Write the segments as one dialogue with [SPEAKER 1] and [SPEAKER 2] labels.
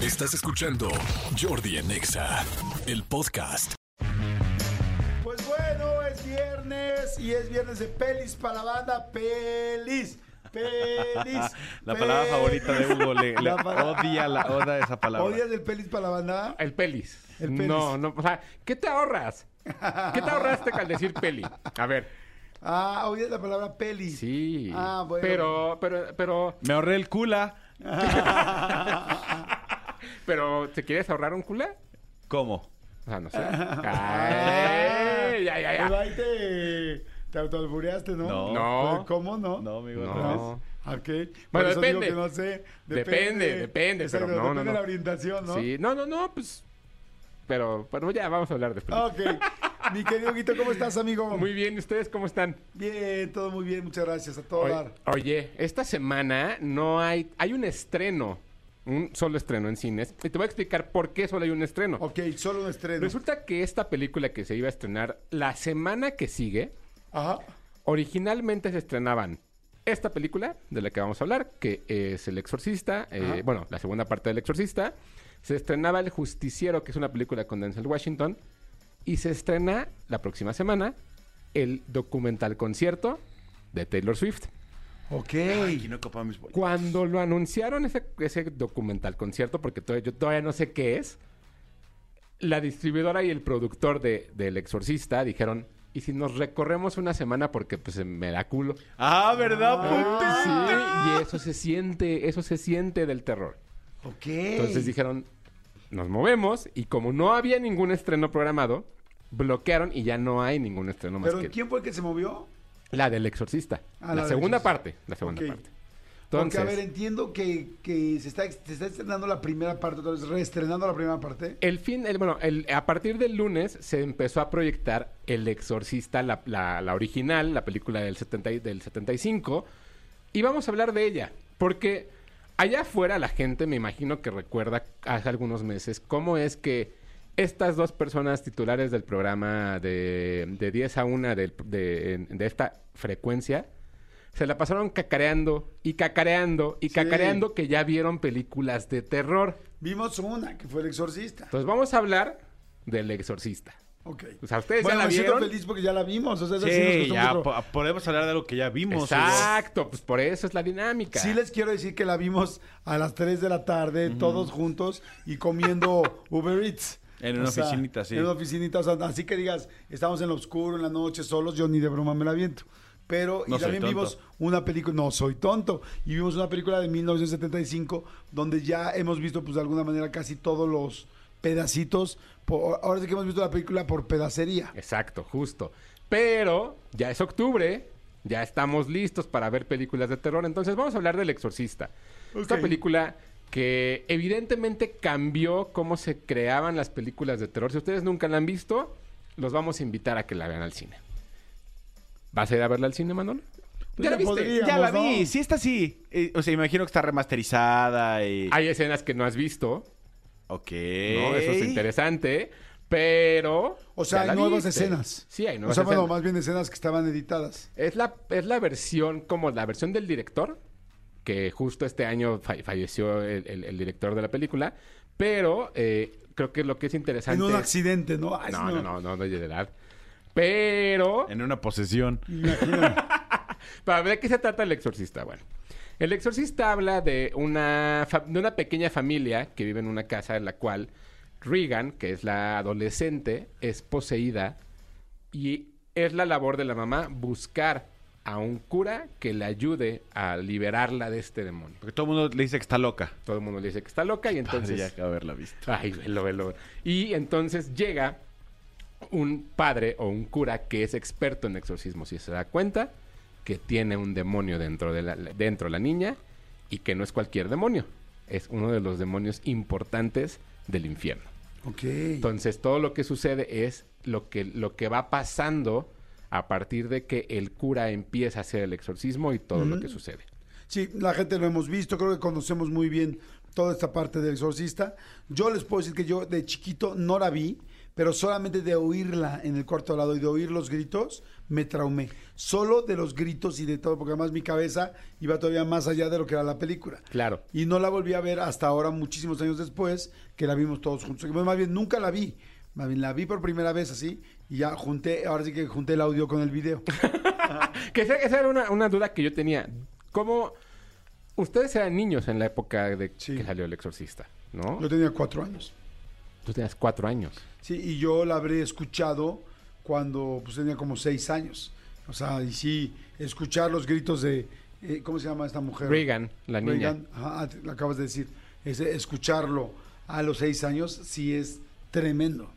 [SPEAKER 1] Estás escuchando Jordi en Exa, el podcast.
[SPEAKER 2] Pues bueno, es viernes y es viernes de pelis para la banda. Pelis. Pelis.
[SPEAKER 3] La palabra
[SPEAKER 2] pelis.
[SPEAKER 3] favorita de Hugo le, le
[SPEAKER 2] La palabra-
[SPEAKER 3] odia la oda esa palabra.
[SPEAKER 2] ¿Odias el pelis para la banda?
[SPEAKER 4] El pelis.
[SPEAKER 2] El pelis.
[SPEAKER 4] No, no, o sea, ¿qué te ahorras? ¿Qué te ahorraste al decir peli? A ver,
[SPEAKER 2] Ah, odias la palabra pelis.
[SPEAKER 4] sí.
[SPEAKER 2] Ah, bueno.
[SPEAKER 4] Pero, pero, pero,
[SPEAKER 3] Me ahorré el cula.
[SPEAKER 4] pero, ¿te quieres ahorrar un culé?
[SPEAKER 3] ¿Cómo?
[SPEAKER 4] O sea, no sé. Ay, ya, ya,
[SPEAKER 2] Pero
[SPEAKER 4] ya.
[SPEAKER 2] Ah. Pues ahí te, te autoalbureaste, ¿no?
[SPEAKER 3] No.
[SPEAKER 4] No.
[SPEAKER 2] Pero ¿Cómo no?
[SPEAKER 3] No, amigo,
[SPEAKER 4] No.
[SPEAKER 3] al revés.
[SPEAKER 2] Ok. Por
[SPEAKER 4] Bueno,
[SPEAKER 2] eso
[SPEAKER 4] depende.
[SPEAKER 2] digo que no sé.
[SPEAKER 4] Depende, depende,
[SPEAKER 2] Exacto,
[SPEAKER 4] pero no, no,
[SPEAKER 2] depende de
[SPEAKER 4] no.
[SPEAKER 2] la orientación, ¿no?
[SPEAKER 4] Sí, no, no, no, pues. Pero, pero ya, vamos a hablar de pelis.
[SPEAKER 2] Ok. Mi querido Guito, ¿cómo estás, amigo?
[SPEAKER 4] Muy bien, ¿y ustedes cómo están?
[SPEAKER 2] bien, todo muy bien, muchas gracias a todos.
[SPEAKER 4] Oye, oye, esta semana no hay. Hay un estreno. Un solo estreno en cines. Y te voy a explicar por qué solo hay un estreno.
[SPEAKER 2] Ok, solo un estreno.
[SPEAKER 4] Resulta que esta película que se iba a estrenar la semana que sigue,
[SPEAKER 2] Ajá.
[SPEAKER 4] originalmente se estrenaban esta película de la que vamos a hablar, que es El Exorcista, eh,
[SPEAKER 2] Ajá.
[SPEAKER 4] bueno, la segunda parte del Exorcista, se estrenaba El Justiciero, que es una película con Denzel Washington, y se estrena la próxima semana el documental concierto de Taylor Swift.
[SPEAKER 2] Ok.
[SPEAKER 3] Y no copa mis boletos.
[SPEAKER 4] Cuando lo anunciaron ese, ese documental concierto, porque todavía- yo todavía no sé qué es, la distribuidora y el productor de, del Exorcista dijeron, ¿y si nos recorremos una semana porque pues me da culo?
[SPEAKER 3] Ah, ¿verdad, puta?
[SPEAKER 2] Ah,
[SPEAKER 4] Sí, y eso se siente, eso se siente del terror.
[SPEAKER 2] Ok.
[SPEAKER 4] Entonces dijeron, nos movemos y como no había ningún estreno programado, bloquearon y ya no hay ningún estreno más
[SPEAKER 2] ¿Pero
[SPEAKER 4] que
[SPEAKER 2] quién fue el que se movió?
[SPEAKER 4] la del Exorcista.
[SPEAKER 2] Ah, la
[SPEAKER 4] la
[SPEAKER 2] del
[SPEAKER 4] segunda
[SPEAKER 2] Exorcista.
[SPEAKER 4] parte, la segunda
[SPEAKER 2] Ok.
[SPEAKER 4] parte.
[SPEAKER 2] Porque,
[SPEAKER 4] Entonces,
[SPEAKER 2] a ver, entiendo que, que se, está, ex- se está estrenando la primera parte, otra vez reestrenando la primera parte.
[SPEAKER 4] El fin, el- bueno, el- a partir del lunes se empezó a proyectar El Exorcista, la, la- la original, la película del, 70 y- del 75, y vamos a hablar de ella, porque allá afuera la gente me imagino que recuerda hace algunos meses cómo es que estas dos personas titulares del programa de, de 10 a 1 del- de, en- de esta frecuencia, se la pasaron cacareando y cacareando y
[SPEAKER 2] Sí.
[SPEAKER 4] cacareando que ya vieron películas de terror.
[SPEAKER 2] Vimos una, que fue El Exorcista.
[SPEAKER 4] Entonces vamos a hablar del exorcista.
[SPEAKER 2] Ok.
[SPEAKER 4] O sea, ustedes
[SPEAKER 2] bueno,
[SPEAKER 4] ya la
[SPEAKER 2] me siento
[SPEAKER 4] vieron.
[SPEAKER 2] feliz porque ya la vimos. O sea, esa sí nos
[SPEAKER 3] Sí,
[SPEAKER 2] costó
[SPEAKER 3] ya
[SPEAKER 2] mucho trabajo.
[SPEAKER 3] po- podemos hablar de lo que ya vimos. Hugo.
[SPEAKER 4] Exacto, pues por eso es la dinámica.
[SPEAKER 2] Sí les quiero decir que la vimos a las 3 de la tarde, todos juntos y comiendo Uber Eats.
[SPEAKER 3] En una oficinita, sí.
[SPEAKER 2] En una oficinita, o sea, así que digas, estamos en lo oscuro, en la noche, solos, yo ni de broma me la viento. Pero, y
[SPEAKER 3] No soy
[SPEAKER 2] también
[SPEAKER 3] tonto.
[SPEAKER 2] vimos una película, no soy tonto, y vimos una película de 1975 donde ya hemos visto, pues de alguna manera, casi todos los pedacitos. por- ahora sí que hemos visto la película por pedacería.
[SPEAKER 4] Exacto, justo. Pero ya es octubre, ya estamos listos para ver películas de terror, entonces vamos a hablar del exorcista. Esta
[SPEAKER 2] Ok.
[SPEAKER 4] película que evidentemente cambió cómo se creaban las películas de terror. Si ustedes nunca la han visto, los vamos a invitar a que la vean al cine. ¿Vas a ir a verla al cine, Manolo?
[SPEAKER 2] Pues
[SPEAKER 4] ¿Ya
[SPEAKER 2] ya
[SPEAKER 4] la viste?
[SPEAKER 2] podría.
[SPEAKER 3] Ya la
[SPEAKER 2] Digamos,
[SPEAKER 3] vi,
[SPEAKER 2] ¿no?
[SPEAKER 3] sí está así. Eh, o sea, imagino que está remasterizada y...
[SPEAKER 4] Hay escenas que no has visto,
[SPEAKER 3] Ok.
[SPEAKER 4] ¿no? Eso es interesante, pero...
[SPEAKER 2] O sea,
[SPEAKER 4] ya
[SPEAKER 2] hay
[SPEAKER 4] la
[SPEAKER 2] nuevas
[SPEAKER 4] viste.
[SPEAKER 2] escenas.
[SPEAKER 4] Sí, hay
[SPEAKER 2] O
[SPEAKER 4] nuevas
[SPEAKER 2] sea, bueno,
[SPEAKER 4] escenas.
[SPEAKER 2] más bien escenas que estaban editadas.
[SPEAKER 4] Es la, es la versión, como la versión del director, que justo este año fa- falleció el, el- el director de la película, pero eh, creo que lo que es interesante...
[SPEAKER 2] En un
[SPEAKER 4] es-
[SPEAKER 2] accidente, ¿no? Ay,
[SPEAKER 4] No, no, no, no, no es de edad. Pero...
[SPEAKER 3] En una posesión.
[SPEAKER 4] Para ver de qué se trata el exorcista, bueno. El exorcista habla de una, fa- de una pequeña familia que vive en una casa en la cual Regan, que es la adolescente, es poseída y es la labor de la mamá buscar a un cura que le ayude a liberarla de este demonio.
[SPEAKER 3] Porque todo el mundo le dice que está loca.
[SPEAKER 4] Todo el mundo le dice que está loca y
[SPEAKER 3] Entonces...
[SPEAKER 4] entonces...
[SPEAKER 3] ya que haberla visto.
[SPEAKER 4] Ay, velo, velo. Y entonces llega un padre o un cura que es experto en exorcismos y se da cuenta que tiene un demonio dentro de la, dentro de la niña y que no es cualquier demonio. Es uno de los demonios importantes del infierno.
[SPEAKER 2] Ok.
[SPEAKER 4] Entonces todo lo que sucede es lo que, lo que va pasando a partir de que el cura empieza a hacer el exorcismo y todo lo que sucede.
[SPEAKER 2] Sí, la gente lo hemos visto, creo que conocemos muy bien toda esta parte del exorcista. Yo les puedo decir que yo de chiquito no la vi, pero solamente de oírla en el cuarto lado y de oír los gritos, me traumé. Solo de los gritos y de todo, porque además mi cabeza iba todavía más allá de lo que era la película.
[SPEAKER 4] Claro.
[SPEAKER 2] Y no la volví a ver hasta ahora, muchísimos años después, que la vimos todos juntos. Bueno, Más bien, nunca la vi. Más bien, la vi por primera vez así y ya junté, ahora sí que junté el audio con el video.
[SPEAKER 4] Que esa, esa era una, una duda que yo tenía. ¿Cómo ustedes eran niños en la época de
[SPEAKER 2] Sí.
[SPEAKER 4] que salió El Exorcista? ¿No?
[SPEAKER 2] Yo tenía cuatro años.
[SPEAKER 4] Tú tenías cuatro años.
[SPEAKER 2] Sí, y yo la habré escuchado cuando pues, tenía como seis años. O sea, y sí, escuchar los gritos de, eh, ¿cómo se llama esta mujer?
[SPEAKER 4] Reagan, la niña.
[SPEAKER 2] Reagan, ajá, ah, te- lo acabas de decir. Ese, escucharlo a los seis años sí es tremendo.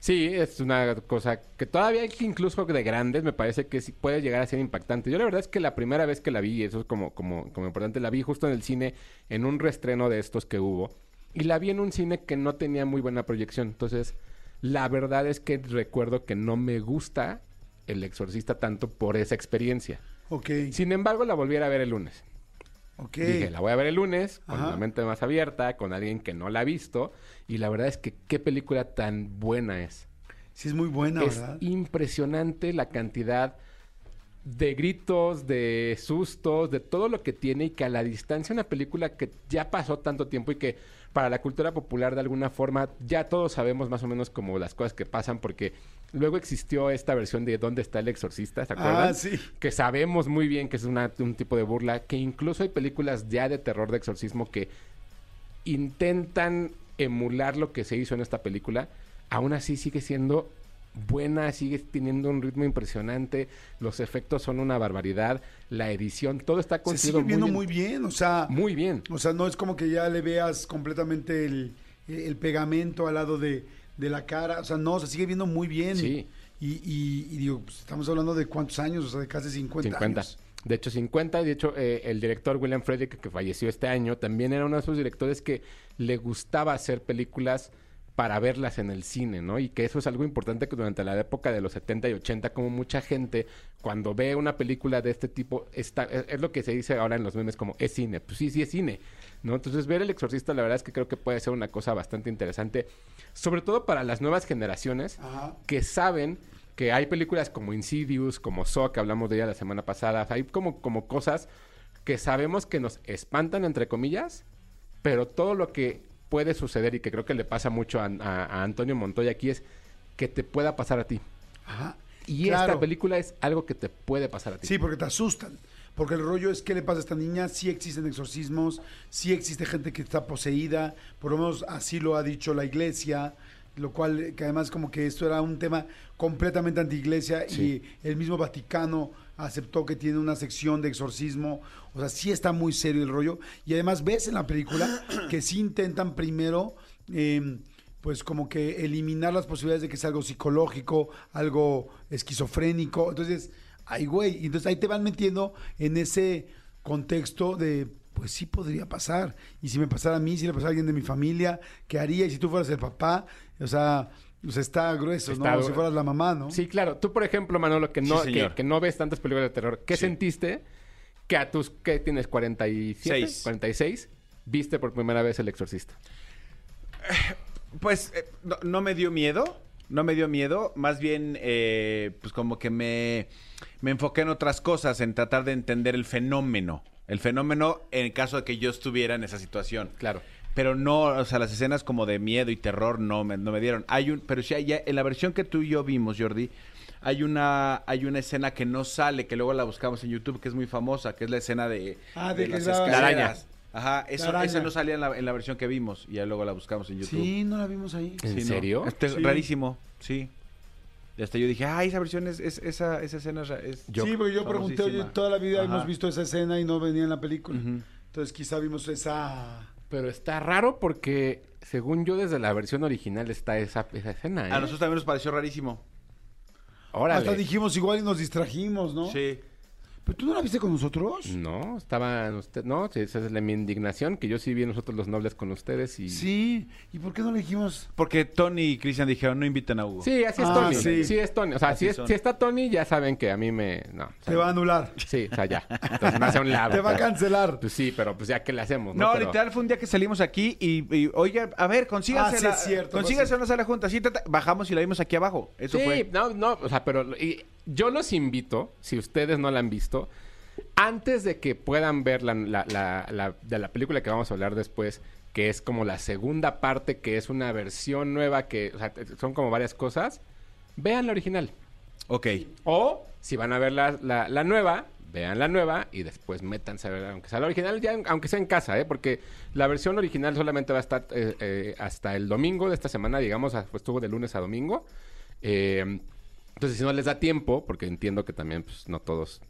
[SPEAKER 4] Sí, es una cosa que todavía hay que incluso de grandes me parece que sí puede llegar a ser impactante. Yo la verdad es que la primera vez que la vi, y eso es como, como, como importante, la vi justo en el cine en un restreno de estos que hubo. Y la vi en un cine que no tenía muy buena proyección. Entonces, la verdad es que recuerdo que no me gusta El Exorcista tanto por esa experiencia.
[SPEAKER 2] Ok,
[SPEAKER 4] Sin embargo, la volviera a ver el lunes.
[SPEAKER 2] ok.
[SPEAKER 4] Dije, la voy a ver el lunes, con
[SPEAKER 2] Ajá.
[SPEAKER 4] la mente más abierta, con alguien que no la ha visto. Y la verdad es que qué película tan buena es
[SPEAKER 2] Sí es muy buena,
[SPEAKER 4] es
[SPEAKER 2] ¿verdad?
[SPEAKER 4] impresionante la cantidad de gritos, de sustos, de todo lo que tiene y que a la distancia una película que ya pasó tanto tiempo y que para la cultura popular de alguna forma ya todos sabemos más o menos como las cosas que pasan porque luego existió esta versión de ¿Dónde está el exorcista? ¿Se acuerdan?
[SPEAKER 2] Ah, sí.
[SPEAKER 4] Que sabemos muy bien que es una- un tipo de burla, que incluso hay películas ya de terror de exorcismo que intentan emular lo que se hizo en esta película, aún así sigue siendo buena, sigue teniendo un ritmo impresionante, los efectos son una barbaridad, la edición, todo está
[SPEAKER 2] Se
[SPEAKER 4] conseguido
[SPEAKER 2] sigue viendo muy
[SPEAKER 4] muy, bien,
[SPEAKER 2] bien, o sea,
[SPEAKER 4] muy bien.
[SPEAKER 2] o sea, no es como que ya le veas completamente el, el pegamento al lado de, de la cara, o sea, no, se sigue viendo muy bien.
[SPEAKER 4] Sí.
[SPEAKER 2] Y, y- y digo, pues, estamos hablando de cuántos años, o sea, de casi 50,
[SPEAKER 4] 50.
[SPEAKER 2] años.
[SPEAKER 4] De hecho, 50. De hecho, eh, el director William Frederick, que falleció este año, también era uno de esos directores que le gustaba hacer películas para verlas en el cine, ¿no? Y que eso es algo importante que durante la época de los 70 y 80, como mucha gente, cuando ve una película de este tipo, está, es, es lo que se dice ahora en los memes como es cine. Pues sí, sí es cine, ¿no? Entonces, ver El Exorcista, la verdad es que creo que puede ser una cosa bastante interesante, sobre todo para las nuevas generaciones,
[SPEAKER 2] Ajá.
[SPEAKER 4] que saben que hay películas como Insidious, como Saw, que hablamos de ella la semana pasada. Hay como, como cosas que sabemos que nos espantan, entre comillas, pero todo lo que puede suceder y que creo que le pasa mucho a, a- a Antonio Montoya aquí es que te pueda pasar a ti.
[SPEAKER 2] Ajá.
[SPEAKER 4] Y
[SPEAKER 2] Claro.
[SPEAKER 4] esta película es algo que te puede pasar a ti.
[SPEAKER 2] Sí, porque te asustan. Porque el rollo es qué le pasa a esta niña, sí existen exorcismos, sí existe gente que está poseída, por lo menos así lo ha dicho la iglesia, lo cual eh, que además como que esto era un tema completamente anti-iglesia
[SPEAKER 4] Sí.
[SPEAKER 2] y el mismo Vaticano aceptó que tiene una sección de exorcismo, o sea, sí está muy serio el rollo y además ves en la película que sí intentan primero eh, pues como que eliminar las posibilidades de que sea algo psicológico, algo esquizofrénico, entonces Ay, güey. Y Entonces ahí te van metiendo en ese contexto de, pues sí podría pasar. Y si me pasara a mí, si le pasara a alguien de mi familia, ¿qué haría? Y si tú fueras el papá, o sea, pues está grueso,
[SPEAKER 4] Está
[SPEAKER 2] ¿no?
[SPEAKER 4] duro.
[SPEAKER 2] Si fueras la mamá, ¿no?
[SPEAKER 4] Sí, claro. Tú, por ejemplo, Manolo, que no,
[SPEAKER 3] Sí,
[SPEAKER 4] que,
[SPEAKER 3] señor.
[SPEAKER 4] que no ves tantas películas de terror, ¿qué
[SPEAKER 3] Sí.
[SPEAKER 4] sentiste que a tus, que tienes 47,
[SPEAKER 3] Seis.
[SPEAKER 4] 46, viste por primera vez El Exorcista?
[SPEAKER 3] Pues eh, no, no me dio miedo, no me dio miedo, más bien eh, pues como que me, me enfoqué en otras cosas, en tratar de entender el fenómeno, el fenómeno en el caso de que yo estuviera en esa situación.
[SPEAKER 4] Claro.
[SPEAKER 3] Pero no, o sea, las escenas como de miedo y terror no me, no me dieron. Hay un, pero sí, hay, en la versión que tú y yo vimos, Jordi, hay una, hay una escena que no sale, que luego la buscamos en YouTube, que es muy famosa, que es la escena de,
[SPEAKER 2] Ah, de que
[SPEAKER 3] las
[SPEAKER 2] la- la
[SPEAKER 3] escaleras.
[SPEAKER 2] araña.
[SPEAKER 3] Ajá, eso-
[SPEAKER 2] La araña.
[SPEAKER 3] esa no salía en la, en la versión que vimos y ya luego la buscamos en YouTube.
[SPEAKER 2] Sí, no la vimos ahí.
[SPEAKER 4] ¿En
[SPEAKER 3] Sí, ¿no?
[SPEAKER 4] serio?
[SPEAKER 3] Este,
[SPEAKER 2] Sí.
[SPEAKER 3] Rarísimo, sí. Y hasta yo dije, ah, esa versión es, es- esa, esa escena es ra- es
[SPEAKER 2] sí, porque yo pregunté, oye,
[SPEAKER 3] famosísima".
[SPEAKER 2] toda la vida
[SPEAKER 3] Ajá.
[SPEAKER 2] hemos visto esa escena y no venía en la película.
[SPEAKER 3] Ujú.
[SPEAKER 2] Entonces quizá vimos esa...
[SPEAKER 4] Pero está raro porque, según yo, desde la versión original está esa, esa escena, ¿eh?
[SPEAKER 3] A nosotros también nos pareció rarísimo.
[SPEAKER 4] Órale.
[SPEAKER 2] Hasta dijimos igual y nos distrajimos, ¿no?
[SPEAKER 3] Sí.
[SPEAKER 2] ¿Pero tú no la viste con nosotros?
[SPEAKER 4] No, estaban ustedes. No, sí, esa es la, mi indignación, que yo sí vi nosotros los nobles con ustedes y.
[SPEAKER 2] Sí. ¿Y por qué no le dijimos?
[SPEAKER 3] Porque Tony y Cristian dijeron, no invitan a Hugo.
[SPEAKER 4] Sí, así es
[SPEAKER 2] Ah,
[SPEAKER 4] Tony.
[SPEAKER 2] sí.
[SPEAKER 4] Sí. es Tony. O sea,
[SPEAKER 3] Así
[SPEAKER 4] si, es-
[SPEAKER 3] son.
[SPEAKER 4] si está Tony, ya saben que a mí me. No. o sea,
[SPEAKER 2] Te va a anular.
[SPEAKER 4] Sí, o sea, ya. Entonces me hace a un lado.
[SPEAKER 2] Te va a
[SPEAKER 4] pero-
[SPEAKER 2] cancelar.
[SPEAKER 4] Pues sí, pero pues ya que le hacemos.
[SPEAKER 3] No,
[SPEAKER 4] No, Pero-
[SPEAKER 3] literal fue un día que salimos aquí y, y, oiga, a ver, consígase
[SPEAKER 2] Ah, sí,
[SPEAKER 3] la,
[SPEAKER 2] es cierto,
[SPEAKER 3] consígase
[SPEAKER 2] fue
[SPEAKER 3] una sala junta. Sí, ta, ta. bajamos y la vimos aquí abajo. Eso
[SPEAKER 4] sí,
[SPEAKER 3] fue.
[SPEAKER 4] no, no, o sea, pero y yo los invito, si ustedes no la han visto, antes de que puedan ver la, la- la- la- de la película que vamos a hablar después, que es como la segunda parte, que es una versión nueva, que o sea, son como varias cosas, vean la original.
[SPEAKER 3] Ok.
[SPEAKER 4] O si van a ver la, la- la nueva, vean la nueva y después métanse a ver, aunque sea la original, ya, en- aunque sea en casa, ¿eh? porque la versión original solamente va a estar eh, eh, hasta el domingo de esta semana, digamos, a- pues estuvo de lunes a domingo. Eh, entonces, si no les da tiempo, porque entiendo que también pues, no todos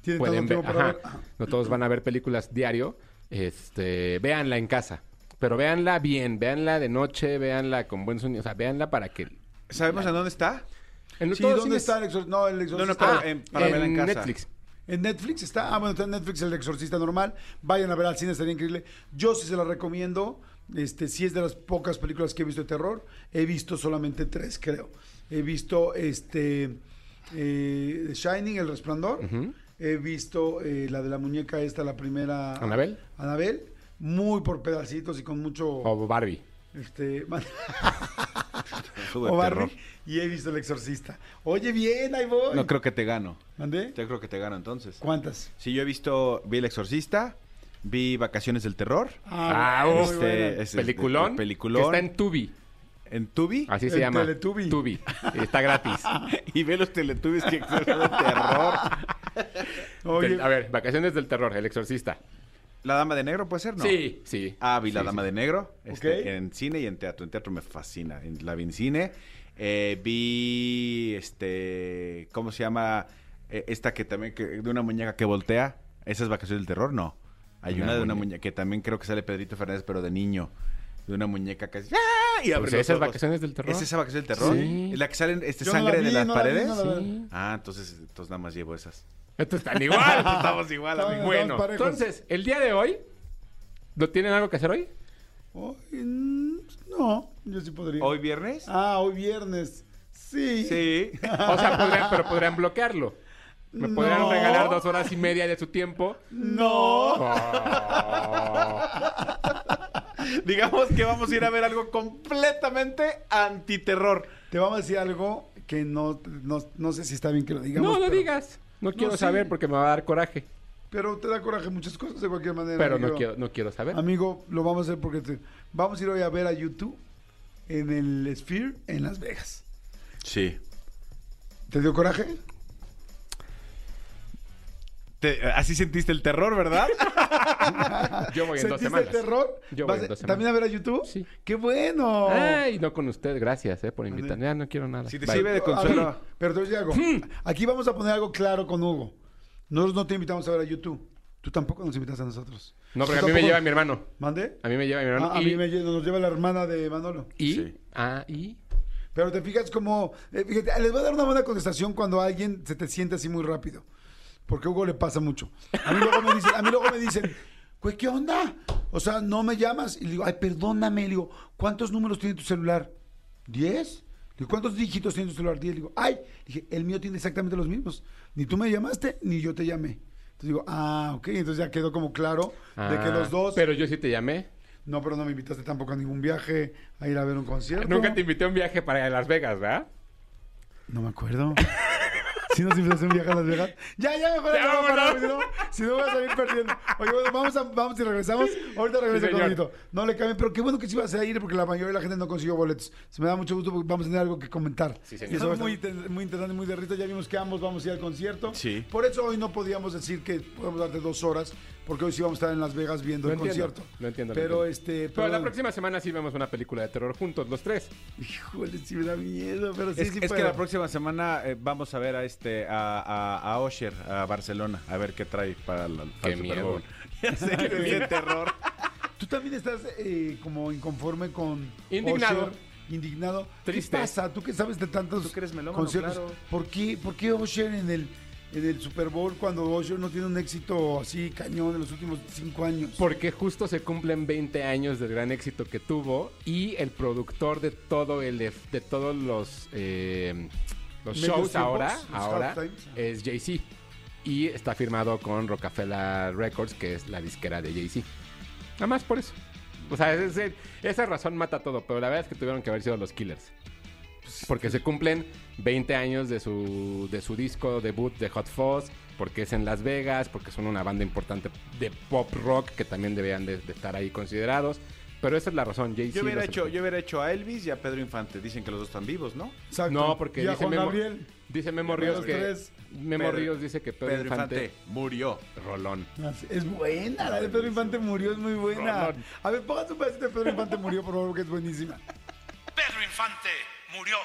[SPEAKER 2] Tiene tanto
[SPEAKER 4] pueden ver,
[SPEAKER 2] tiempo para
[SPEAKER 4] ajá,
[SPEAKER 2] ver.
[SPEAKER 4] no todos van a ver películas diario, este, véanla en casa. Pero véanla bien, véanla de noche, véanla con buen sonido, o sea, véanla para que...
[SPEAKER 3] ¿Sabemos en dónde está?
[SPEAKER 4] En
[SPEAKER 2] Sí,
[SPEAKER 4] todos
[SPEAKER 2] ¿dónde
[SPEAKER 4] cines-
[SPEAKER 2] está el exorcista? No, el exorcista.
[SPEAKER 3] no, pero
[SPEAKER 4] Ah,
[SPEAKER 3] en- para verla en casa.
[SPEAKER 4] Netflix.
[SPEAKER 2] En Netflix está. Ah, bueno, está en Netflix el exorcista normal. Vayan a ver al cine, estaría increíble. Yo sí se la recomiendo. Este, sí es de las pocas películas que he visto de terror. He visto solamente tres, creo. He visto este eh, The Shining, El Resplandor. He visto eh, la de la muñeca esta, la primera.
[SPEAKER 4] ¿Anabel?
[SPEAKER 2] Anabel. Muy por pedacitos y con mucho.
[SPEAKER 3] Oh.
[SPEAKER 4] O Barbie.
[SPEAKER 2] Este, man-
[SPEAKER 3] Sube
[SPEAKER 2] o Barbie.
[SPEAKER 3] terror.
[SPEAKER 2] Y he visto El Exorcista. Oye, bien, ahí voy.
[SPEAKER 3] No creo que te gano.
[SPEAKER 2] ¿Mandé?
[SPEAKER 3] Yo creo que te gano entonces.
[SPEAKER 2] ¿Cuántas?
[SPEAKER 3] Sí, yo he visto, vi El Exorcista, vi Vacaciones del Terror.
[SPEAKER 4] Ah,
[SPEAKER 2] bueno,
[SPEAKER 4] uf.
[SPEAKER 2] muy buena.
[SPEAKER 3] este, es-
[SPEAKER 4] peliculón,
[SPEAKER 3] es- peliculón.
[SPEAKER 4] que está en Tubi.
[SPEAKER 3] en Tubi.
[SPEAKER 4] Así se
[SPEAKER 2] En
[SPEAKER 4] llama.
[SPEAKER 2] Teletubi.
[SPEAKER 4] Tubi. Y Está gratis.
[SPEAKER 3] y ve los Teletubbies que son de terror.
[SPEAKER 2] Oye,
[SPEAKER 4] Te- A ver, Vacaciones del Terror, El Exorcista.
[SPEAKER 3] La Dama de Negro puede ser, ¿no?
[SPEAKER 4] Sí, sí.
[SPEAKER 3] Ah, vi La
[SPEAKER 4] Sí,
[SPEAKER 3] Dama
[SPEAKER 4] sí.
[SPEAKER 3] de Negro. este,
[SPEAKER 2] Ok.
[SPEAKER 3] En cine y en teatro. En teatro me fascina. En, la vi en cine. Eh, vi, este, ¿cómo se llama? Eh, esta que también, que- de una muñeca que voltea. ¿Esa es Vacaciones del Terror? No. Hay una,
[SPEAKER 4] Una
[SPEAKER 3] de una
[SPEAKER 4] muñe-
[SPEAKER 3] muñeca que también creo que sale Pedrito Fernández, pero de niño. De una muñeca casi. ¡Ah! Y abre
[SPEAKER 4] Pues
[SPEAKER 3] los
[SPEAKER 4] esa es
[SPEAKER 3] ojos.
[SPEAKER 4] Vacaciones del Terror.
[SPEAKER 3] ¿Es esa Vacaciones del Terror?
[SPEAKER 4] Sí.
[SPEAKER 3] ¿Es la que salen este,
[SPEAKER 2] Yo no la
[SPEAKER 3] sangre
[SPEAKER 2] vi,
[SPEAKER 3] de las
[SPEAKER 2] no la vi,
[SPEAKER 3] paredes?
[SPEAKER 2] no la vi.
[SPEAKER 4] Sí.
[SPEAKER 3] Ah, entonces, entonces nada más llevo esas.
[SPEAKER 4] Entonces están igual. pues, estamos
[SPEAKER 3] igual,
[SPEAKER 2] Estamos- amigo.
[SPEAKER 4] Bueno,
[SPEAKER 2] parejos.
[SPEAKER 4] entonces, el día de hoy, ¿no tienen algo que hacer hoy?
[SPEAKER 2] Hoy, mm, no, yo sí podría.
[SPEAKER 3] ¿Hoy viernes?
[SPEAKER 2] Ah, hoy viernes. Sí.
[SPEAKER 3] Sí.
[SPEAKER 4] O sea, podrían, pero podrían bloquearlo. Me podrían
[SPEAKER 2] No.
[SPEAKER 4] regalar dos horas y media de su tiempo. Oh.
[SPEAKER 2] No.
[SPEAKER 3] Digamos que vamos a ir a ver algo completamente antiterror.
[SPEAKER 2] Te vamos a decir algo que no, no, no sé si está bien que lo digamos.
[SPEAKER 4] no, no
[SPEAKER 2] pero-
[SPEAKER 4] digas. No quiero
[SPEAKER 2] sí.
[SPEAKER 4] saber porque me va a dar coraje.
[SPEAKER 2] Pero te da coraje muchas cosas de cualquier manera.
[SPEAKER 4] Pero no
[SPEAKER 2] amigo.
[SPEAKER 4] quiero, no quiero saber.
[SPEAKER 2] Amigo, lo vamos a hacer porque te- vamos a ir hoy a ver a YouTube en el Sphere en Las Vegas.
[SPEAKER 3] Sí.
[SPEAKER 2] ¿Te dio coraje?
[SPEAKER 3] así sentiste el terror, ¿verdad?
[SPEAKER 4] Yo voy en dos
[SPEAKER 2] ¿Sentiste
[SPEAKER 4] semanas.
[SPEAKER 2] el terror?
[SPEAKER 4] Yo
[SPEAKER 2] ¿Vas
[SPEAKER 4] voy en
[SPEAKER 2] a-
[SPEAKER 4] dos
[SPEAKER 2] ¿También a ver a YouTube?
[SPEAKER 4] Sí.
[SPEAKER 2] ¡Qué bueno!
[SPEAKER 4] Ay, no con usted, gracias eh, por invitarme. Ya no quiero nada.
[SPEAKER 3] Si te
[SPEAKER 4] Bye.
[SPEAKER 3] sirve de
[SPEAKER 2] A ver,
[SPEAKER 3] consuelo. Hmm.
[SPEAKER 2] pero te voy a decir algo. Aquí vamos a poner algo claro con Hugo. Nosotros no te invitamos a ver a YouTube. Tú tampoco nos invitas a nosotros.
[SPEAKER 4] No, porque
[SPEAKER 2] Tú
[SPEAKER 4] a mí me
[SPEAKER 2] tampoco-
[SPEAKER 4] lleva mi hermano.
[SPEAKER 2] ¿Mande?
[SPEAKER 4] A mí me lleva mi hermano.
[SPEAKER 2] Ah, a
[SPEAKER 4] y,
[SPEAKER 2] mí me lle- nos lleva la hermana de Manolo.
[SPEAKER 4] y,
[SPEAKER 3] Sí.
[SPEAKER 4] ah, y.
[SPEAKER 2] Pero te fijas como... eh, fíjate, les voy a dar una buena contestación cuando alguien se te siente así muy rápido. Porque a Hugo le pasa mucho. A mí luego me dicen, a mí luego me dicen, güey, ¿qué onda? O sea, no me llamas. Y le digo, ay, perdóname. Le digo, ¿cuántos números tiene tu celular? ¿Diez? Le digo, ¿cuántos dígitos tiene tu celular? Diez. Le digo, ay. Le dije, el mío tiene exactamente los mismos. Ni tú me llamaste, ni yo te llamé. Entonces digo, ah, ok. Entonces ya quedó como claro de que
[SPEAKER 4] Ah,
[SPEAKER 2] los dos...
[SPEAKER 4] Pero yo sí te llamé.
[SPEAKER 2] No, pero no me invitaste tampoco a ningún viaje, a ir a ver un concierto.
[SPEAKER 4] Nunca te invité a un viaje para Las Vegas, ¿verdad?
[SPEAKER 2] No me acuerdo. Si nos invitó a un viaje a Las Vegas. Ya, ya, mejor.
[SPEAKER 4] Ya,
[SPEAKER 2] ya,
[SPEAKER 4] vámonos.
[SPEAKER 2] para, si no- Si no, voy a salir perdiendo. Oye, bueno, vamos, a, vamos y regresamos. Ahorita regreso
[SPEAKER 4] Sí,
[SPEAKER 2] con
[SPEAKER 4] señor.
[SPEAKER 2] Benito. No le cambien, pero qué bueno que sí vas a ir porque la mayoría de la gente no consiguió boletos. Se me da mucho gusto porque vamos a tener algo que comentar.
[SPEAKER 4] Sí, señor.
[SPEAKER 2] Y eso es muy, inter- muy interesante, muy de risa. Ya vimos que ambos vamos a ir al concierto.
[SPEAKER 3] Sí.
[SPEAKER 2] Por eso hoy no podíamos decir que podemos darte dos horas porque hoy sí vamos a estar en Las Vegas viendo
[SPEAKER 4] Lo
[SPEAKER 2] el
[SPEAKER 4] entiendo,
[SPEAKER 2] concierto.
[SPEAKER 4] lo entiendo, lo
[SPEAKER 2] Pero
[SPEAKER 4] entiendo.
[SPEAKER 2] este.
[SPEAKER 4] Pero la próxima semana sí vemos una película de terror juntos, los tres.
[SPEAKER 2] Híjole, sí me da miedo, pero sí,
[SPEAKER 3] es
[SPEAKER 2] sí
[SPEAKER 3] es que
[SPEAKER 2] puedo.
[SPEAKER 3] la próxima semana eh, vamos a ver a este a, a, a Osher a Barcelona a ver qué trae para, la, para
[SPEAKER 4] Qué
[SPEAKER 3] el Super
[SPEAKER 4] miedo.
[SPEAKER 3] Bowl. Ya sé que de terror.
[SPEAKER 2] Tú también estás eh, como inconforme con
[SPEAKER 4] Indignado.
[SPEAKER 2] Usher, indignado.
[SPEAKER 4] Triste.
[SPEAKER 2] ¿Qué pasa? Tú que sabes de tantos
[SPEAKER 3] Tú que eres melómano,
[SPEAKER 2] conciertos.
[SPEAKER 3] claro.
[SPEAKER 2] ¿Por qué, por qué Usher en el en el Super Bowl cuando Osher no tiene un éxito así cañón en los últimos cinco años.
[SPEAKER 5] Porque justo se cumplen 20 años del gran éxito que tuvo y el productor de todo el ef- de todos los eh, los
[SPEAKER 2] Medios
[SPEAKER 5] shows
[SPEAKER 2] tiempos,
[SPEAKER 5] ahora
[SPEAKER 2] los
[SPEAKER 5] ahora
[SPEAKER 2] halftimes.
[SPEAKER 5] es Jay-Z y está firmado con Rockefeller Records, que es la disquera de Jay-Z. Nada más por eso. O sea, es- es- esa razón mata todo, pero la verdad es que tuvieron que haber sido los Killers. Porque se cumplen 20 años de su, de su disco debut de Hot Fuzz, porque es en Las Vegas, porque son una banda importante de pop rock que también deberían de, de estar ahí considerados. Pero esa es la razón, Jay-Z.
[SPEAKER 3] Yo hubiera,
[SPEAKER 5] los-
[SPEAKER 3] hecho, yo hubiera hecho a Elvis y a Pedro Infante. Dicen que los dos están vivos, ¿no?
[SPEAKER 2] Exacto.
[SPEAKER 5] No, porque
[SPEAKER 2] Y a
[SPEAKER 5] dice
[SPEAKER 2] Juan
[SPEAKER 5] Memo-
[SPEAKER 2] Gabriel.
[SPEAKER 5] Dice Memo
[SPEAKER 2] Pero
[SPEAKER 5] Ríos
[SPEAKER 2] los
[SPEAKER 5] que...
[SPEAKER 2] tres.
[SPEAKER 5] Memo
[SPEAKER 3] Pedro-
[SPEAKER 5] Ríos dice que Pedro,
[SPEAKER 3] Pedro
[SPEAKER 5] Infante,
[SPEAKER 3] Infante murió.
[SPEAKER 5] Rolón.
[SPEAKER 2] Es buena, la de Pedro Infante murió, es muy buena.
[SPEAKER 5] Rolón.
[SPEAKER 2] A ver, pongan un pedacito de Pedro Infante murió, por favor, que es buenísima.
[SPEAKER 6] Pedro Infante murió.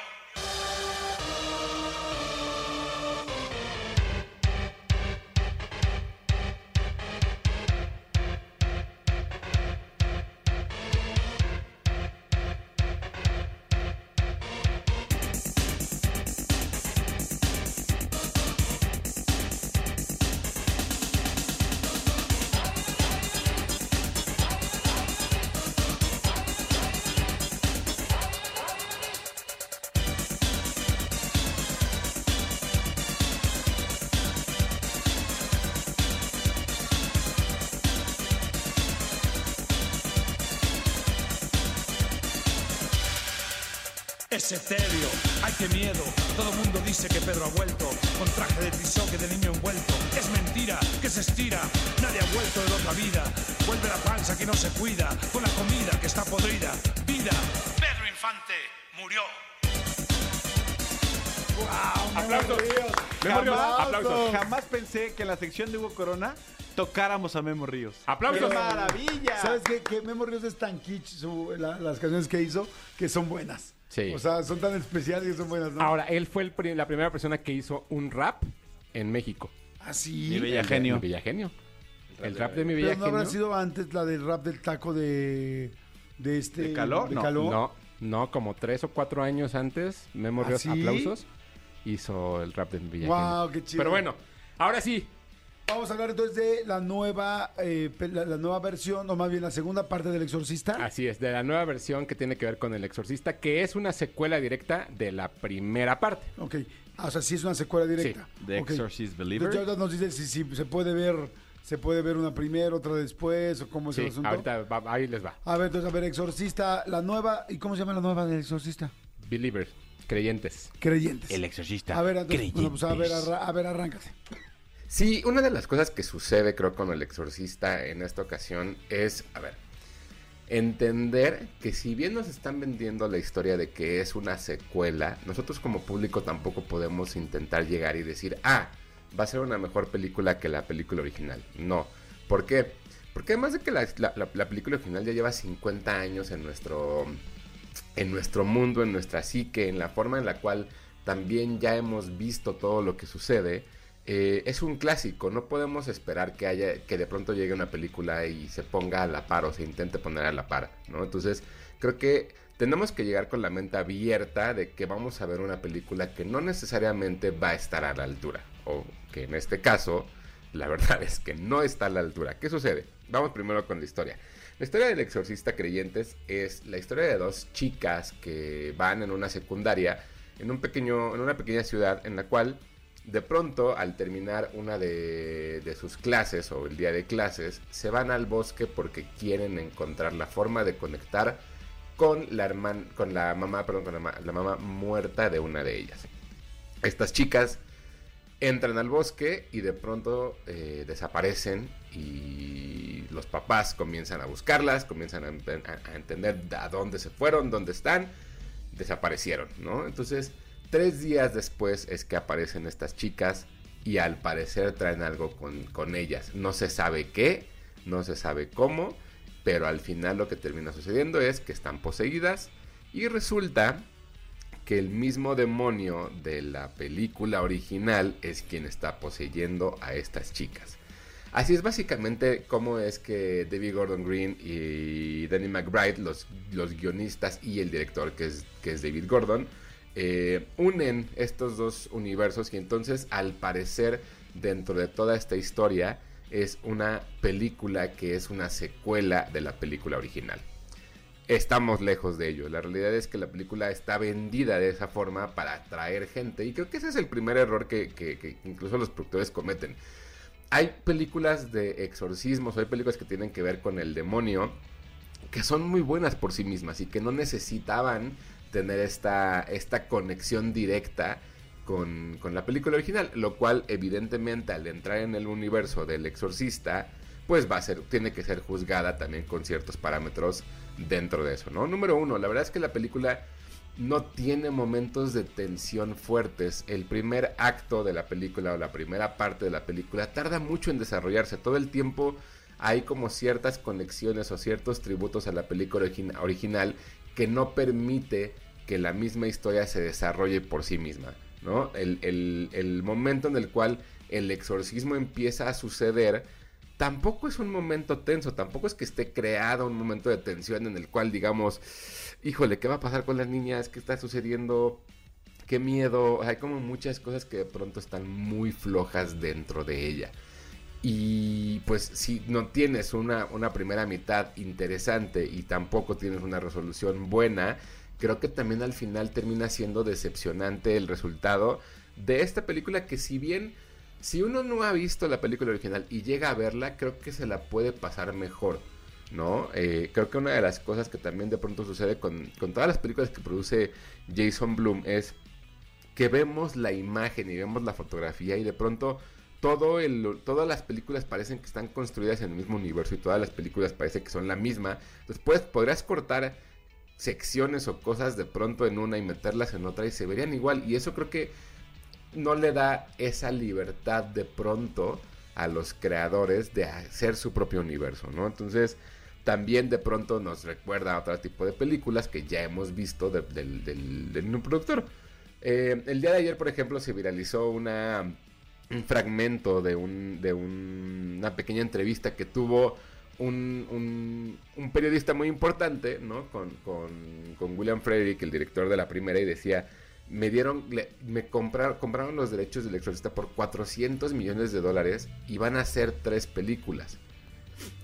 [SPEAKER 6] Es etéreo, ay qué miedo. Todo mundo dice que Pedro ha vuelto. Con traje de tizoque de niño envuelto. Es mentira, que se estira. Nadie ha vuelto de otra vida. Vuelve la panza que no se cuida. Con la comida que está podrida. Vida. Pedro Infante murió.
[SPEAKER 5] ¡Aplausos! Memo Ríos,
[SPEAKER 3] Jamás,
[SPEAKER 5] aplausos.
[SPEAKER 3] jamás pensé que en la sección de Hugo Corona tocáramos a Memo Ríos.
[SPEAKER 4] Ah,
[SPEAKER 5] ¡Aplausos!
[SPEAKER 3] ¡Qué maravilla!
[SPEAKER 2] ¿Sabes qué? Que Memo Ríos es tan kitsch su- la- las canciones que hizo que son buenas.
[SPEAKER 5] Sí.
[SPEAKER 2] O sea, son tan especiales que son buenas, ¿no?
[SPEAKER 5] Ahora, él fue el pri- la primera persona que hizo un rap en México.
[SPEAKER 2] Así.
[SPEAKER 3] Mi bella
[SPEAKER 5] El de-
[SPEAKER 3] genio.
[SPEAKER 5] Mi Bella Genio. El rap de mi Bella
[SPEAKER 2] Ah, Pero no habrá
[SPEAKER 5] Genio.
[SPEAKER 2] sido antes la del rap del taco de, de este.
[SPEAKER 3] ¿De Caló?
[SPEAKER 2] de
[SPEAKER 3] No,
[SPEAKER 2] Caló.
[SPEAKER 5] No, no, como tres o cuatro años antes, Memo
[SPEAKER 2] ¿Ah,
[SPEAKER 5] Ríos,
[SPEAKER 2] sí?
[SPEAKER 5] aplausos, hizo el rap de mi Bella
[SPEAKER 2] Guau,
[SPEAKER 5] Genio.
[SPEAKER 2] qué chido.
[SPEAKER 5] Pero bueno, ahora sí.
[SPEAKER 2] Vamos a hablar entonces de la nueva, eh, pe- la, la nueva versión, o más bien la segunda parte del Exorcista.
[SPEAKER 3] Ah,
[SPEAKER 5] Así es, de la nueva versión que tiene que ver con El Exorcista, que es una secuela directa de la primera parte.
[SPEAKER 2] Ok. Ah, o sea, sí es una secuela directa.
[SPEAKER 3] Sí. The
[SPEAKER 2] Ok.
[SPEAKER 3] Exorcist Believer.
[SPEAKER 2] Entonces, ya nos dice si, si se puede ver, se puede ver una primero, otra después, o cómo es
[SPEAKER 5] Sí,
[SPEAKER 2] el asunto.
[SPEAKER 5] ahorita va- ahí les va.
[SPEAKER 2] A ver, entonces, a ver, Exorcista, la nueva, ¿y cómo se llama la nueva del Exorcista?
[SPEAKER 5] Believers, creyentes.
[SPEAKER 2] Creyentes.
[SPEAKER 3] El exorcista.
[SPEAKER 2] A ver, entonces, bueno, pues, a ver,
[SPEAKER 3] Creyentes.
[SPEAKER 2] arra- a ver, arráncate.
[SPEAKER 4] Sí, una de las cosas que sucede, creo, con el exorcista en esta ocasión es, a ver, entender que si bien nos están vendiendo la historia de que es una secuela, nosotros como público tampoco podemos intentar llegar y decir, ah, va a ser una mejor película que la película original. No. ¿Por qué? Porque además de que la, la- la- la película original ya lleva 50 años en nuestro, en nuestro mundo, en nuestra psique, en la forma en la cual también ya hemos visto todo lo que sucede, eh, es un clásico. No podemos esperar que haya, que de pronto llegue una película y se ponga a la par o se intente poner a la par, ¿no? Entonces, creo que tenemos que llegar con la mente abierta de que vamos a ver una película que no necesariamente va a estar a la altura, o que en este caso la verdad es que no está a la altura. ¿Qué sucede? Vamos primero con la historia. La historia del exorcista creyentes es la historia de dos chicas que van en una secundaria en un pequeño en una pequeña ciudad en la cual de pronto al terminar una de, de sus clases o el día de clases se van al bosque porque quieren encontrar la forma de conectar con la hermana con la mamá perdón con la ma- la mamá muerta de una de ellas. Estas chicas entran al bosque y de pronto eh, desaparecen y los papás comienzan a buscarlas, comienzan a, enten- a- a entender a dónde se fueron, dónde están, desaparecieron, ¿no? Entonces, tres días después es que aparecen estas chicas y al parecer traen algo con, con ellas. No se sabe qué, no se sabe cómo, pero al final lo que termina sucediendo es que están poseídas y resulta que el mismo demonio de la película original es quien está poseyendo a estas chicas. Así es básicamente cómo es que David Gordon Green y Danny McBride, los, los guionistas y el director que es, que es David Gordon, eh, unen estos dos universos y entonces al parecer dentro de toda esta historia es una película que es una secuela de la película original. Estamos lejos de ello. La realidad es que la película está vendida de esa forma para atraer gente. Y creo que ese es el primer error que, que- que incluso los productores cometen. Hay películas de exorcismos, hay películas que tienen que ver con el demonio, que son muy buenas por sí mismas y que no necesitaban tener esta, esta conexión directa con, con la película original, lo cual evidentemente al entrar en el universo del exorcista, pues va a ser, tiene que ser juzgada también con ciertos parámetros dentro de eso, ¿no? Número uno, la verdad es que la película no tiene momentos de tensión fuertes. El primer acto de la película o la primera parte de la película tarda mucho en desarrollarse. Todo el tiempo hay como ciertas conexiones o ciertos tributos a la película origi- original que no permite que la misma historia se desarrolle por sí misma. ¿no? El, el- el momento en el cual el exorcismo empieza a suceder tampoco es un momento tenso, tampoco es que esté creado un momento de tensión en el cual digamos, híjole, ¿qué va a pasar con las niñas? ¿Qué está sucediendo? qué miedo. O sea, hay como muchas cosas que de pronto están muy flojas dentro de ella. Y pues si no tienes una, una primera mitad interesante y tampoco tienes una resolución buena, creo que también al final termina siendo decepcionante el resultado de esta película que si bien si uno no ha visto la película original y llega a verla, creo que se la puede pasar mejor. ¿no? Eh, creo que una de las cosas que también de pronto sucede con, con todas las películas que produce Jason Bloom es que vemos la imagen y vemos la fotografía y de pronto todo el, todas las películas parecen que están construidas en el mismo universo y todas las películas parece que son la misma. Después podrás cortar secciones o cosas de pronto en una y meterlas en otra y se verían igual. Y eso creo que no le da esa libertad de pronto a los creadores de hacer su propio universo, ¿no? Entonces, también de pronto nos recuerda a otro tipo de películas que ya hemos visto de- del, del- del mismo productor. Eh, el día de ayer, por ejemplo, se viralizó una, un fragmento de, un- de un- una pequeña entrevista que tuvo un, un- un periodista muy importante, ¿no? Con, con- con William Frederick, el director de la primera, y decía, me dieron, le- me compraron, compraron los derechos del exorcista por 400 millones de dólares y van a hacer tres películas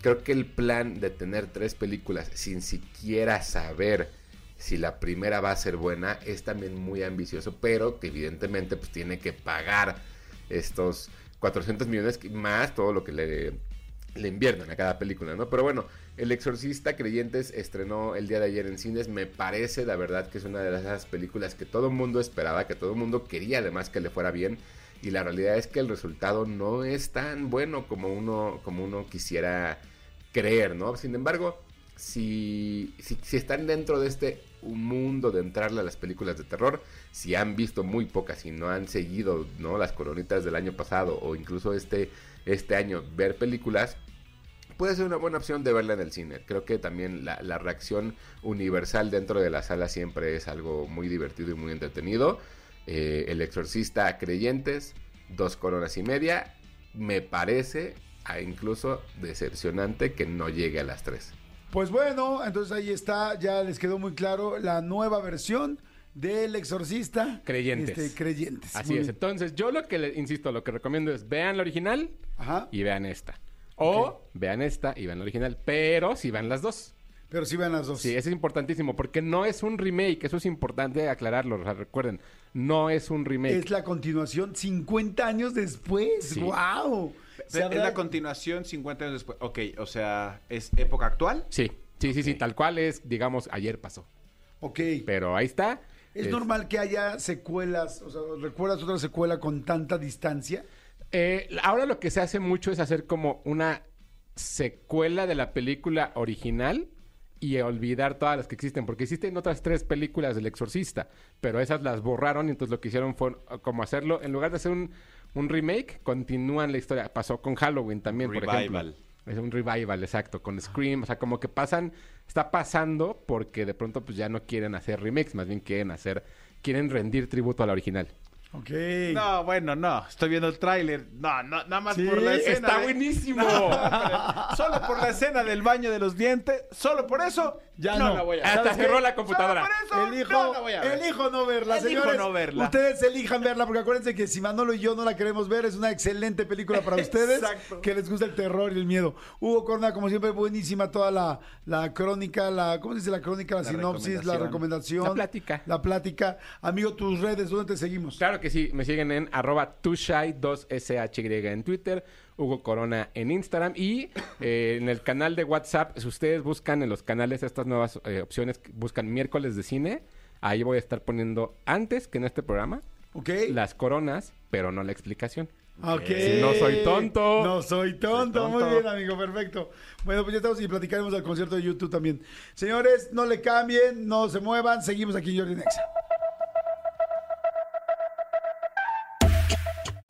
[SPEAKER 4] creo que el plan de tener tres películas sin siquiera saber si la primera va a ser buena es también muy ambicioso, pero que evidentemente pues tiene que pagar estos 400 millones que- más todo lo que le, le invierten a cada película, ¿no? Pero bueno, El Exorcista Creyentes estrenó el día de ayer en cines, me parece la verdad que es una de esas películas que todo el mundo esperaba, que todo el mundo quería además que le fuera bien, y la realidad es que el resultado no es tan bueno como uno, como uno quisiera creer, ¿no? Sin embargo, si, si, si están dentro de este mundo de entrarle a las películas de terror, si han visto muy pocas y no han seguido, ¿no? Las coronitas del año pasado o incluso este, este año ver películas, puede ser una buena opción de verla en el cine. Creo que también la, la reacción universal dentro de la sala siempre es algo muy divertido y muy entretenido. Eh, el exorcista a creyentes, dos coronas y media, me parece a incluso decepcionante que no llegue a las tres.
[SPEAKER 2] Pues bueno, entonces ahí está, ya les quedó muy claro la nueva versión del exorcista.
[SPEAKER 7] Creyentes.
[SPEAKER 2] Este, creyentes.
[SPEAKER 7] Así
[SPEAKER 2] Muy
[SPEAKER 7] es.
[SPEAKER 2] bien.
[SPEAKER 7] Entonces, yo lo que, le, insisto, lo que recomiendo es vean la original
[SPEAKER 2] Ajá.
[SPEAKER 7] y vean esta. O vean esta y vean la original. Pero si vean las dos.
[SPEAKER 2] Pero sí vean las dos.
[SPEAKER 7] Sí, eso es importantísimo porque no es un remake. Eso es importante aclararlo. o sea, recuerden, no es un remake.
[SPEAKER 2] Es la continuación 50 años después.
[SPEAKER 7] Sí.
[SPEAKER 2] ¡Wow!
[SPEAKER 3] Es la continuación 50 años después. Ok, o sea, ¿es época actual?
[SPEAKER 7] Sí, sí, sí, sí. Tal cual es, digamos, ayer pasó.
[SPEAKER 2] Ok.
[SPEAKER 7] Pero ahí está.
[SPEAKER 2] ¿Es
[SPEAKER 7] Es-
[SPEAKER 2] normal que haya secuelas? O sea, ¿recuerdas otra secuela con tanta distancia?
[SPEAKER 7] Eh, ahora lo que se hace mucho es hacer como una secuela de la película original y olvidar todas las que existen, porque existen otras tres películas del exorcista, pero esas las borraron y entonces lo que hicieron fue eh, como hacerlo, en lugar de hacer un, un remake, continúan la historia. Pasó con Halloween también, por
[SPEAKER 3] Revival.
[SPEAKER 7] ejemplo. Es un revival, exacto, con Scream, o sea, como que pasan, está pasando porque de pronto pues ya no quieren hacer remakes, más bien quieren hacer, quieren rendir tributo a la original.
[SPEAKER 2] Ok.
[SPEAKER 3] No, bueno, no. Estoy viendo el tráiler. No, no, nada más
[SPEAKER 2] ¿Sí?
[SPEAKER 3] por la escena. ¿eh?
[SPEAKER 4] Está
[SPEAKER 3] de-
[SPEAKER 4] buenísimo.
[SPEAKER 3] No, solo por la escena del baño de los dientes. Solo por eso.
[SPEAKER 2] Ya
[SPEAKER 3] no,
[SPEAKER 2] no.
[SPEAKER 3] la voy a ver.
[SPEAKER 4] Hasta
[SPEAKER 2] ¿Sabes qué?
[SPEAKER 4] cerró la computadora.
[SPEAKER 3] Solo por eso.
[SPEAKER 2] Elijo,
[SPEAKER 3] no la voy a ver.
[SPEAKER 2] elijo no verla,
[SPEAKER 3] Elijo
[SPEAKER 2] señores.
[SPEAKER 3] no verla.
[SPEAKER 2] Ustedes elijan verla, porque acuérdense que si Manolo y yo no la queremos ver, es una excelente película para ustedes
[SPEAKER 3] Exacto.
[SPEAKER 2] que les gusta el terror y el miedo. Hugo Corna, como siempre, buenísima toda la, la crónica, la, ¿cómo se dice la crónica? La,
[SPEAKER 3] La
[SPEAKER 2] sinopsis, la
[SPEAKER 3] recomendación.
[SPEAKER 2] recomendación.
[SPEAKER 4] La plática.
[SPEAKER 2] La plática. Amigo, tus redes, ¿dónde te seguimos?
[SPEAKER 4] Claro que sí, me siguen en arroba tushai2shy en Twitter, Hugo Corona en Instagram y eh, en el canal de WhatsApp, si ustedes buscan en los canales estas nuevas eh, opciones, buscan miércoles de cine, ahí voy a estar poniendo antes que en este programa
[SPEAKER 2] ¿Ok?
[SPEAKER 4] las coronas, pero no la explicación.
[SPEAKER 2] Ok.
[SPEAKER 3] Eh,
[SPEAKER 4] Si no soy tonto.
[SPEAKER 2] No soy tonto.
[SPEAKER 3] Soy
[SPEAKER 2] Muy
[SPEAKER 3] tonto.
[SPEAKER 2] bien, amigo, perfecto. Bueno, pues ya estamos y platicaremos al concierto de YouTube también. Señores, no le cambien, no se muevan. Seguimos aquí en Jordi Nexa.